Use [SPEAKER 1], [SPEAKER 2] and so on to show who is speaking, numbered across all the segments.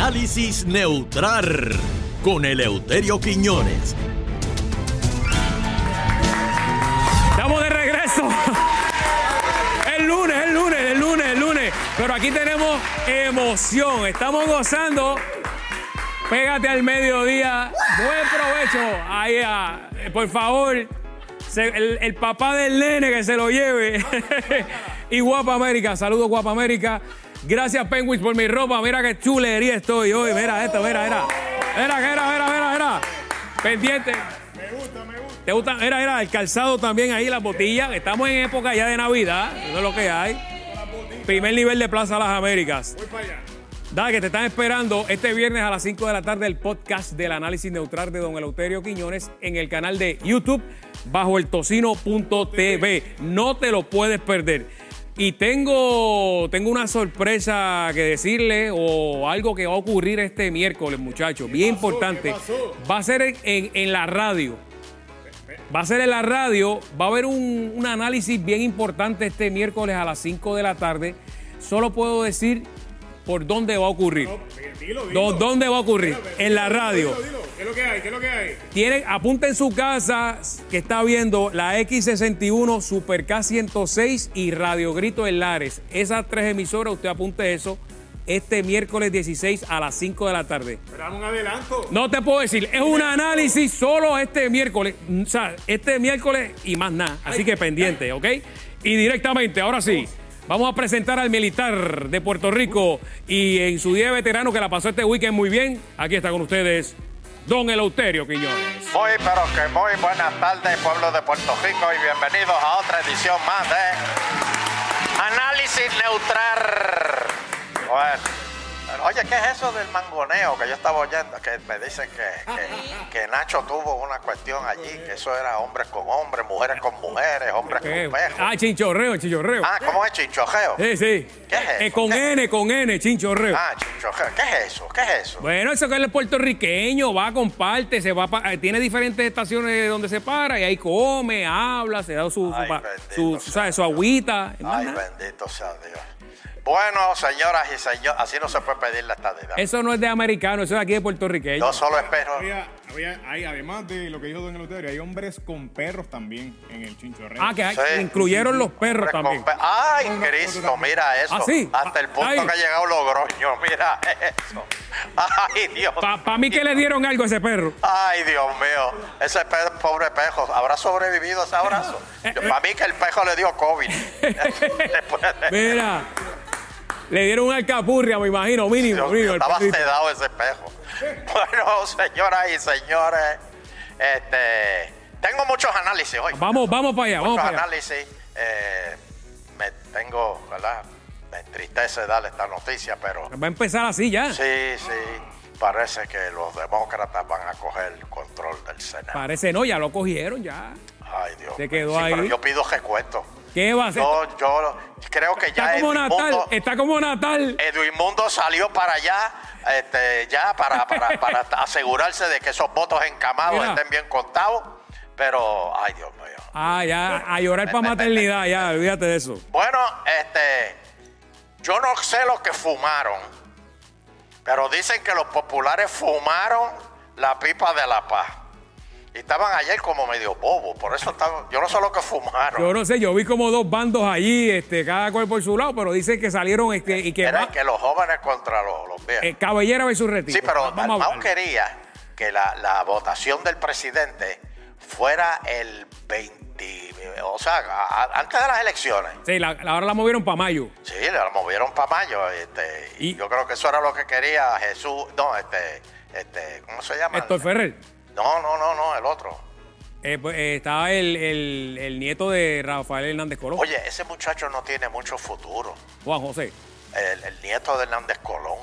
[SPEAKER 1] Análisis neutral con Eleuterio Quiñones.
[SPEAKER 2] Estamos de regreso. El lunes, el lunes, el lunes, el lunes. Pero aquí tenemos emoción. Estamos gozando. Pégate al mediodía. Buen provecho. Ahí, ah, eh, por favor. se- el, el papá del nene que se lo lleve. y Guapa América. Saludos, Guapa América. Gracias, Penguins, por mi ropa. Mira qué chulería estoy hoy. Mira esto, mira, mira. Mira, mira, mira, mira, mira. Pendiente. ¿Te gusta? Era, era, el calzado también ahí, las botillas. Estamos en época ya de Navidad, eso es lo que hay. Primer nivel de Plaza Las Américas. Dale, que te están esperando este viernes a las 5 de la tarde el podcast del análisis neutral de Don Eleuterio Quiñones en el canal de YouTube bajo el tocino.tv. No te lo puedes perder. Y tengo, tengo una sorpresa que decirle o algo que va a ocurrir este miércoles, muchachos. Bien importante. Va a ser en- en- en la radio. Va a ser en la radio, va a haber un, un análisis bien importante este miércoles a las 5 de la tarde. Solo puedo decir por dónde va a ocurrir. Dó- ¿Dónde va a ocurrir? En la radio.
[SPEAKER 3] ¿Qué es lo que hay? ¿Qué es lo que hay?
[SPEAKER 2] Tienen, apunta en su casa que está viendo la X61, Super K106 y Radio Grito en Lares. Esas tres emisoras, usted apunte eso este miércoles 16 a las 5 de la tarde.
[SPEAKER 3] Pero dame un adelanto.
[SPEAKER 2] No te puedo decir, es un análisis solo este miércoles, o sea, este miércoles y más nada, así que pendiente, ¿ok? Y directamente, ahora sí, vamos a presentar al militar de Puerto Rico y en su día de veterano que la pasó este weekend muy bien, aquí está con ustedes Don Eleuterio Quiñones.
[SPEAKER 4] Muy, pero que muy buenas tardes, pueblo de Puerto Rico, y bienvenidos a otra edición más de Análisis Neutral. Bueno, pero, oye, ¿qué es eso del mangoneo que yo estaba oyendo? Que me dicen que, que- que Nacho tuvo una cuestión allí, que eso era hombres con hombres, mujeres con mujeres, hombres
[SPEAKER 2] ¿Qué?
[SPEAKER 4] con pejos.
[SPEAKER 2] Ah, chinchorreo, chinchorreo.
[SPEAKER 4] Ah, ¿cómo es chinchojeo?
[SPEAKER 2] Sí, sí.
[SPEAKER 4] ¿Qué es eso?
[SPEAKER 2] Eh, con
[SPEAKER 4] ¿Qué?
[SPEAKER 2] N, con N, chinchorreo.
[SPEAKER 4] Ah, chinchojeo. ¿Qué es eso? ¿Qué es eso?
[SPEAKER 2] Bueno, eso que él es puertorriqueño, va, comparte, se va, pa- eh, tiene diferentes estaciones donde se para y ahí come, habla, se da su, su
[SPEAKER 4] Ay,
[SPEAKER 2] pa- su,
[SPEAKER 4] bendito sea
[SPEAKER 2] ¿sabes? su
[SPEAKER 4] Dios.
[SPEAKER 2] agüita. y más
[SPEAKER 4] Ay,
[SPEAKER 2] nada.
[SPEAKER 4] bendito sea Dios. Bueno, señoras y señores, así no se puede pedir la estadidad.
[SPEAKER 2] Eso no es de americano, eso es de aquí de puertorriqueño.
[SPEAKER 4] Yo solo espero.
[SPEAKER 3] Había, había, hay, además de lo que dijo Don Eleuterio, hay hombres con perros también en el chinchorreo.
[SPEAKER 2] Ah, que hay-
[SPEAKER 4] Sí.
[SPEAKER 2] incluyeron los perros
[SPEAKER 4] Hombre,
[SPEAKER 2] también.
[SPEAKER 4] compa- Ay, Cristo, mira eso.
[SPEAKER 2] ¿Ah, sí?
[SPEAKER 4] Hasta el punto
[SPEAKER 2] Ay.
[SPEAKER 4] que ha llegado Logroño, mira eso. Ay, Dios.
[SPEAKER 2] Para mí que le dieron algo a ese perro.
[SPEAKER 4] Ay, Dios mío. Ese pe- pobre pejo, ¿habrá sobrevivido a ese abrazo?
[SPEAKER 2] Eh,
[SPEAKER 4] Para mí que el pejo le dio COVID. Después de-
[SPEAKER 2] Mira, le dieron un alcapurria, me imagino, mínimo.
[SPEAKER 4] Dios
[SPEAKER 2] mínimo
[SPEAKER 4] mío,
[SPEAKER 2] el
[SPEAKER 4] estaba
[SPEAKER 2] perrito.
[SPEAKER 4] sedado ese espejo. Bueno, señoras y señores, este, tengo muchos análisis hoy.
[SPEAKER 2] vamos, vamos para allá, vamos
[SPEAKER 4] Muchos
[SPEAKER 2] para allá.
[SPEAKER 4] análisis. eh, me tengo, ¿verdad? Me entristece darle esta noticia, pero
[SPEAKER 2] Va a empezar así ya.
[SPEAKER 4] sí, sí, parece que los demócratas van a coger el control del Senado.
[SPEAKER 2] Parece no, ya lo cogieron ya.
[SPEAKER 4] Ay, Dios.
[SPEAKER 2] Se
[SPEAKER 4] mío.
[SPEAKER 2] quedó
[SPEAKER 4] Sí,
[SPEAKER 2] ahí.
[SPEAKER 4] Pero yo pido recuento.
[SPEAKER 2] ¿Qué va a hacer?
[SPEAKER 4] Yo, yo creo que ya
[SPEAKER 2] está como
[SPEAKER 4] Edwin
[SPEAKER 2] Natal, este.
[SPEAKER 4] Mundo-
[SPEAKER 2] está como Natal.
[SPEAKER 4] Edwimundo salió para allá, este, ya para, para- para asegurarse de que esos votos encamados
[SPEAKER 2] Mira.
[SPEAKER 4] estén bien contados, pero, ay Dios mío.
[SPEAKER 2] Ah, ya, a llorar para maternidad, ya, olvídate de eso.
[SPEAKER 4] Bueno, este, yo no sé lo que fumaron, pero dicen que los populares fumaron la pipa de la paz. Y estaban ayer como medio bobos, por eso estaban, yo no sé lo que fumaron.
[SPEAKER 2] Yo no sé, yo vi como dos bandos allí, este, cada cual por su lado, pero dicen que salieron este, y que
[SPEAKER 4] Eran
[SPEAKER 2] va-
[SPEAKER 4] que los jóvenes contra los, los viejos.
[SPEAKER 2] eh, cabellera versus retiro.
[SPEAKER 4] Sí, pero
[SPEAKER 2] Vamos a
[SPEAKER 4] Dalmau
[SPEAKER 2] hablar.
[SPEAKER 4] quería que la, la votación del presidente fuera el 20, o sea, a- a- antes de las elecciones.
[SPEAKER 2] Sí, la, la- ahora la movieron para mayo.
[SPEAKER 4] Sí, la movieron para mayo. Este, y
[SPEAKER 2] Y-
[SPEAKER 4] yo creo que eso era lo que quería Jesús. No, este, este ¿cómo se llama?
[SPEAKER 2] Héctor Ferrer.
[SPEAKER 4] No, no, no, no, el otro.
[SPEAKER 2] Eh, pues, eh, estaba el, el- el nieto de Rafael Hernández Colón,
[SPEAKER 4] Oye, ese muchacho no tiene mucho futuro.
[SPEAKER 2] Juan José.
[SPEAKER 4] El, el nieto de Hernández Colón.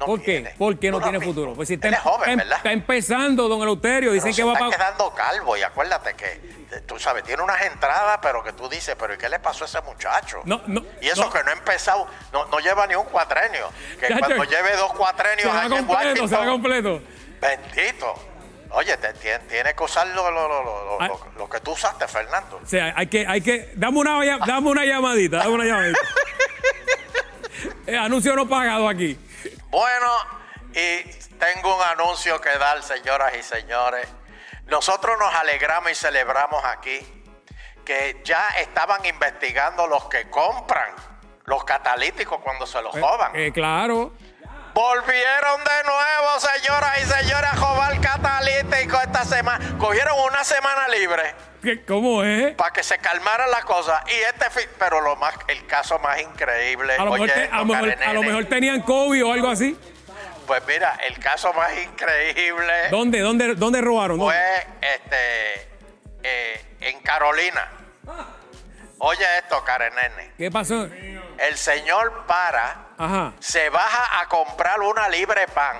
[SPEAKER 4] No
[SPEAKER 2] ¿Por qué?
[SPEAKER 4] tiene.
[SPEAKER 2] ¿Por qué no
[SPEAKER 4] ¿Tú lo has
[SPEAKER 2] tiene
[SPEAKER 4] visto?
[SPEAKER 2] futuro? Pues si
[SPEAKER 4] Él es joven,
[SPEAKER 2] está,
[SPEAKER 4] ¿verdad?
[SPEAKER 2] está empezando, don Eleuterio. Dicen
[SPEAKER 4] Pero
[SPEAKER 2] que
[SPEAKER 4] se
[SPEAKER 2] va
[SPEAKER 4] está
[SPEAKER 2] para.
[SPEAKER 4] quedando calvo y acuérdate que eh, tú sabes, tiene unas entradas, pero que tú dices, pero ¿y qué le pasó a ese muchacho?
[SPEAKER 2] No, no,
[SPEAKER 4] y eso
[SPEAKER 2] no.
[SPEAKER 4] que no ha empezado, no, no lleva ni un cuatrenio. Que
[SPEAKER 2] Chacho,
[SPEAKER 4] cuando lleve dos
[SPEAKER 2] Se
[SPEAKER 4] cuatrenios
[SPEAKER 2] va
[SPEAKER 4] allá en
[SPEAKER 2] completo, se va
[SPEAKER 4] Washington,
[SPEAKER 2] completo.
[SPEAKER 4] bendito. Oye, te- tiene, tiene que usar lo, lo- lo- lo-
[SPEAKER 2] Ah.
[SPEAKER 4] lo- lo que tú usaste, Fernando.
[SPEAKER 2] O sea, hay que, hay que, dame una, lla- dame una llamadita, dame una llamadita. Eh, anuncio no pagado aquí.
[SPEAKER 4] Bueno, y tengo un anuncio que dar, señoras y señores. Nosotros nos alegramos y celebramos aquí que ya estaban investigando los que compran los catalíticos cuando se los jodan.
[SPEAKER 2] Eh, claro.
[SPEAKER 4] Volvieron de nuevo, señoras y señores, a robar catalítico esta semana. Cogieron una semana libre
[SPEAKER 2] ¿Qué- ¿Cómo es?
[SPEAKER 4] para que se calmaran las cosas. Y este fi- pero lo más, el caso más increíble.
[SPEAKER 2] A lo, mejor,
[SPEAKER 4] oye,
[SPEAKER 2] te- a, lo
[SPEAKER 4] don
[SPEAKER 2] mejor- a lo
[SPEAKER 4] Karenene,
[SPEAKER 2] mejor tenían COVID o algo así.
[SPEAKER 4] Pues mira, el caso más increíble
[SPEAKER 2] ¿Dónde, dónde, dónde robaron? ¿Dónde?
[SPEAKER 4] Eh. fue este eh, en Carolina. Oye esto, Karenene.
[SPEAKER 2] ¿Qué pasó?
[SPEAKER 4] El señor para,
[SPEAKER 2] Ajá.
[SPEAKER 4] se baja a comprar una libre pan.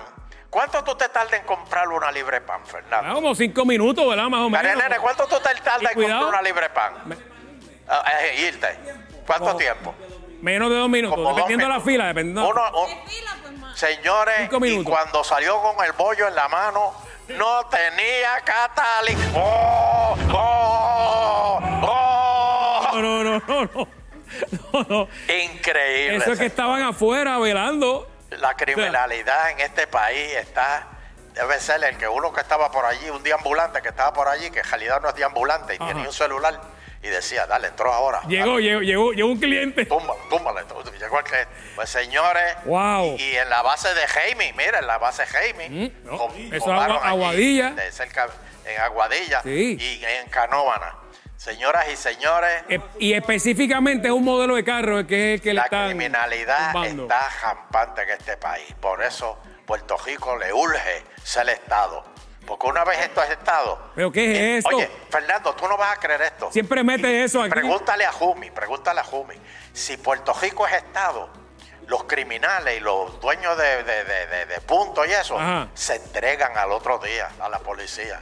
[SPEAKER 4] ¿Cuánto tú te tardas en comprar una libre pan,
[SPEAKER 2] Ah,
[SPEAKER 4] Fernando?
[SPEAKER 2] como cinco minutos, ¿verdad? Más o menos.
[SPEAKER 4] Karenene, ¿cuánto tú te tardas
[SPEAKER 2] Y
[SPEAKER 4] en comprar
[SPEAKER 2] cuidado.
[SPEAKER 4] una libre pan? Ah, eh, irte. ¿Cuánto
[SPEAKER 2] Como-
[SPEAKER 4] tiempo?
[SPEAKER 2] Menos de dos minutos,
[SPEAKER 4] Como dos
[SPEAKER 2] dependiendo de la
[SPEAKER 4] minutos.
[SPEAKER 2] fila, dependiendo.
[SPEAKER 4] Uno- un- Señores,
[SPEAKER 2] Cinco
[SPEAKER 4] y
[SPEAKER 2] minutos.
[SPEAKER 4] cuando salió con el bollo en la mano, no tenía catalítico. ¡Oh! ¡Oh! ¡Oh!
[SPEAKER 2] No, no, no, no, no. No, no.
[SPEAKER 4] Increíble.
[SPEAKER 2] Eso es que
[SPEAKER 4] señor.
[SPEAKER 2] estaban afuera velando.
[SPEAKER 4] La criminalidad en este país está. Debe ser el que uno que estaba por allí, un deambulante que estaba por allí, que en realidad no es deambulante y
[SPEAKER 2] Ajá.
[SPEAKER 4] tenía un celular y decía, dale, entró ahora.
[SPEAKER 2] Llegó, llegó, llegó, llegó un cliente.
[SPEAKER 4] Tumba, túmbale, tú- tú- llegó el que. Pues señores.
[SPEAKER 2] Wow.
[SPEAKER 4] Y, y en la base de Jaime, mira, en la base Jaime.
[SPEAKER 2] Mm, no,
[SPEAKER 4] com-
[SPEAKER 2] eso es
[SPEAKER 4] comaron
[SPEAKER 2] Agua-
[SPEAKER 4] allí,
[SPEAKER 2] Aguadilla.
[SPEAKER 4] de cerca, en Aguadilla.
[SPEAKER 2] Sí.
[SPEAKER 4] Y en Canóvana. Señoras y señores,
[SPEAKER 2] Eh, Y específicamente es un modelo de carro que es el que le
[SPEAKER 4] la
[SPEAKER 2] están
[SPEAKER 4] criminalidad
[SPEAKER 2] tumbando.
[SPEAKER 4] está jampante en este país. Por eso Puerto Rico le urge ser Estado. Porque una vez esto es Estado.
[SPEAKER 2] ¿Pero qué es
[SPEAKER 4] y-
[SPEAKER 2] esto?
[SPEAKER 4] Oye, Fernando, tú no vas a creer esto.
[SPEAKER 2] Siempre mete
[SPEAKER 4] Y
[SPEAKER 2] eso aquí.
[SPEAKER 4] Pregúntale a Jumi, pregúntale a Jumi. Si Puerto Rico es Estado, los criminales y los dueños de, de, de- de- de puntos y eso
[SPEAKER 2] Ajá.
[SPEAKER 4] se entregan al otro día a la policía.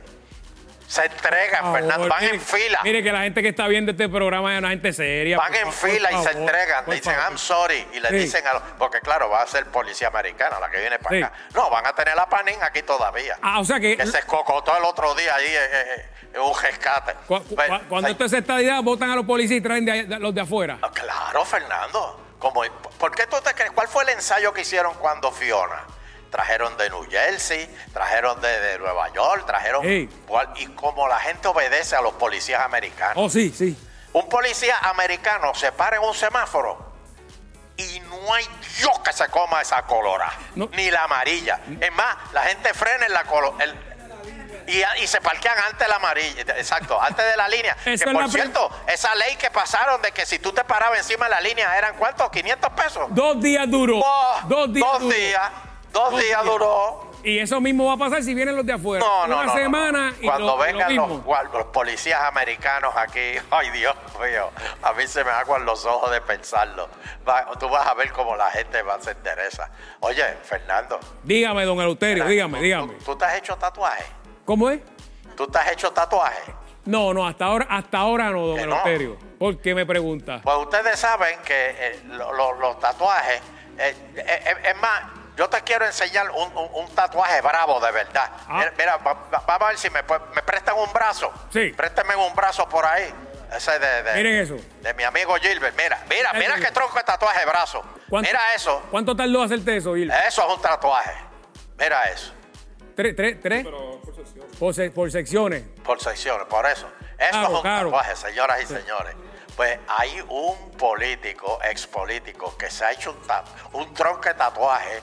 [SPEAKER 4] Se entregan,
[SPEAKER 2] Por
[SPEAKER 4] Fernando.
[SPEAKER 2] favor,
[SPEAKER 4] Van en
[SPEAKER 2] mire-
[SPEAKER 4] fila.
[SPEAKER 2] Mire que la gente que está viendo este programa es una gente seria.
[SPEAKER 4] Van
[SPEAKER 2] por
[SPEAKER 4] en
[SPEAKER 2] favor,
[SPEAKER 4] fila y
[SPEAKER 2] por
[SPEAKER 4] se
[SPEAKER 2] favor,
[SPEAKER 4] entregan.
[SPEAKER 2] por
[SPEAKER 4] Dicen,
[SPEAKER 2] favor.
[SPEAKER 4] I'm sorry. Y le
[SPEAKER 2] Sí.
[SPEAKER 4] dicen a los. Porque, claro, va a ser policía americana la que viene para
[SPEAKER 2] Sí.
[SPEAKER 4] acá. No, van a tener la panín aquí todavía.
[SPEAKER 2] Ah, o sea que.
[SPEAKER 4] que se escocotó el otro día ahí eh, eh, en un rescate.
[SPEAKER 2] cu- cu-
[SPEAKER 4] Pues,
[SPEAKER 2] cuando
[SPEAKER 4] se-
[SPEAKER 2] esto es estadidad, votan a los policías y traen de- de- los de afuera.
[SPEAKER 4] Ah, Claro, Fernando. Como, ¿Por qué tú te crees? ¿Cuál fue el ensayo que hicieron cuando Fiona? Trajeron de New Jersey, trajeron de, de Nueva York, trajeron...
[SPEAKER 2] Ey.
[SPEAKER 4] cual- Y como la gente obedece a los policías americanos.
[SPEAKER 2] Oh, sí, sí.
[SPEAKER 4] Un policía americano se para en un semáforo y no hay Dios que se coma esa colora,
[SPEAKER 2] No.
[SPEAKER 4] ni la amarilla. Es más, la gente frena en la color. y, y se parquean antes de la amarilla, exacto, antes de la línea. que
[SPEAKER 2] Esa es
[SPEAKER 4] por
[SPEAKER 2] la prim-
[SPEAKER 4] cierto, esa ley que pasaron de que si tú te parabas encima de la línea eran cuántos, 500 pesos.
[SPEAKER 2] Dos días duró.
[SPEAKER 4] Oh,
[SPEAKER 2] dos días.
[SPEAKER 4] dos
[SPEAKER 2] duró.
[SPEAKER 4] días, dos
[SPEAKER 2] Dos
[SPEAKER 4] días
[SPEAKER 2] días.
[SPEAKER 4] duró.
[SPEAKER 2] Y eso mismo va a pasar si vienen los de afuera.
[SPEAKER 4] No, no,
[SPEAKER 2] Una
[SPEAKER 4] no, no.
[SPEAKER 2] semana y
[SPEAKER 4] Cuando
[SPEAKER 2] lo- y lo
[SPEAKER 4] vengan los,
[SPEAKER 2] mismo.
[SPEAKER 4] guar- los policías americanos aquí, ay Dios mío, a mí se me aguan los ojos de pensarlo. Va- tú vas a ver cómo la gente va, se interesa. Oye, Fernando.
[SPEAKER 2] Dígame, don Eleuterio, dígame,
[SPEAKER 4] ¿tú-
[SPEAKER 2] dígame.
[SPEAKER 4] ¿Tú, tú te has hecho tatuaje?
[SPEAKER 2] ¿Cómo es?
[SPEAKER 4] ¿Tú te has hecho tatuaje?
[SPEAKER 2] No, no, hasta ahora, hasta ahora no, don
[SPEAKER 4] Que no.
[SPEAKER 2] Eleuterio. ¿Por qué me pregunta?
[SPEAKER 4] Pues ustedes saben que eh, lo- lo- los tatuajes, eh, eh, eh, es más, yo te quiero enseñar un, un- un tatuaje bravo de verdad.
[SPEAKER 2] Ah.
[SPEAKER 4] Mira, mira, va- va- vamos a ver si me, pue- me prestan un brazo.
[SPEAKER 2] Sí.
[SPEAKER 4] Préstame un brazo por ahí. Ese de, de-
[SPEAKER 2] Miren eso.
[SPEAKER 4] de mi amigo Gilbert. Mira, mira,
[SPEAKER 2] Ay,
[SPEAKER 4] mira
[SPEAKER 2] Dios.
[SPEAKER 4] qué tronco de tatuaje de brazo.
[SPEAKER 2] ¿Cuánto-
[SPEAKER 4] Mira eso. Eh.
[SPEAKER 2] ¿Cuánto tardó hacerte eso, Gil?
[SPEAKER 4] Eso es un tatuaje. Mira eso.
[SPEAKER 2] ¿Tres? ¿Tres? tres? Por, se- por secciones.
[SPEAKER 4] Por secciones, por eso. Eso
[SPEAKER 2] Claro,
[SPEAKER 4] es un
[SPEAKER 2] claro.
[SPEAKER 4] tatuaje, señoras y señores. Pues hay un político, ex político, que se ha hecho un, ta- un tronco de tatuaje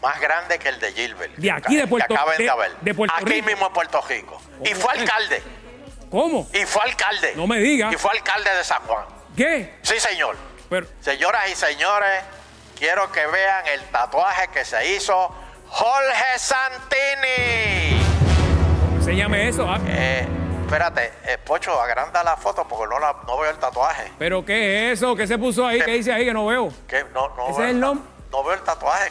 [SPEAKER 4] más grande que el de Gilbert.
[SPEAKER 2] De aquí, de
[SPEAKER 4] que
[SPEAKER 2] Puerto-
[SPEAKER 4] acaban
[SPEAKER 2] de-
[SPEAKER 4] haber.
[SPEAKER 2] de Puerto
[SPEAKER 4] aquí
[SPEAKER 2] Rico.
[SPEAKER 4] mismo en Puerto Rico. Y fue alcalde.
[SPEAKER 2] ¿Cómo?
[SPEAKER 4] Y fue alcalde.
[SPEAKER 2] No me diga.
[SPEAKER 4] Y fue alcalde de San Juan.
[SPEAKER 2] ¿Qué?
[SPEAKER 4] Sí, señor.
[SPEAKER 2] Pero,
[SPEAKER 4] Señoras y señores, quiero que vean el tatuaje que se hizo Jorge Santini.
[SPEAKER 2] enséñame eso. ah.
[SPEAKER 4] Eh, espérate, eh, Pocho, agranda la foto porque no, la, no veo el tatuaje.
[SPEAKER 2] ¿Pero qué es eso? ¿Qué se puso ahí? ¿Qué dice ahí que no veo?
[SPEAKER 4] ¿Qué? No, no
[SPEAKER 2] Ese
[SPEAKER 4] veo
[SPEAKER 2] es el
[SPEAKER 4] ta-
[SPEAKER 2] nom-
[SPEAKER 4] No veo el tatuaje.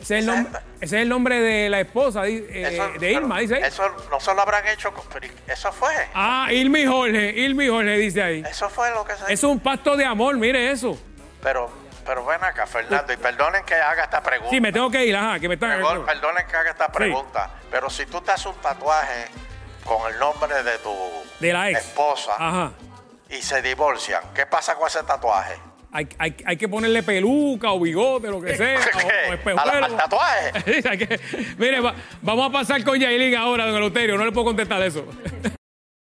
[SPEAKER 2] Ese es el,
[SPEAKER 4] Ese-
[SPEAKER 2] nombre, ese es el nombre de la esposa di- eh,
[SPEAKER 4] Eso-
[SPEAKER 2] de Irma,
[SPEAKER 4] pero
[SPEAKER 2] dice ahí.
[SPEAKER 4] Eso no se lo habrán hecho. con- pero Eso fue.
[SPEAKER 2] Ah, Irma y Jorge, Irma y Jorge dice ahí.
[SPEAKER 4] Eso fue lo que se.
[SPEAKER 2] Es un pacto de amor, mire eso.
[SPEAKER 4] Pero, pero ven acá, Fernando, y perdonen que haga esta pregunta.
[SPEAKER 2] Sí, me tengo que ir, ajá, que me están...
[SPEAKER 4] Perdón- perdonen que haga esta pregunta. Pero si tú te haces un tatuaje con el nombre de tu
[SPEAKER 2] De la ex.
[SPEAKER 4] esposa
[SPEAKER 2] Ajá.
[SPEAKER 4] y se divorcian, ¿qué pasa con ese tatuaje?
[SPEAKER 2] Ahí hay, hay- hay que ponerle peluca o bigote, lo que sea, o, o
[SPEAKER 4] ¿Qué?
[SPEAKER 2] espejuelo.
[SPEAKER 4] ¿A la- ¿Al tatuaje?
[SPEAKER 2] Sí, hay que- Mire, va- vamos a pasar con Yailin ahora, don Eleuterio. No le puedo contestar eso.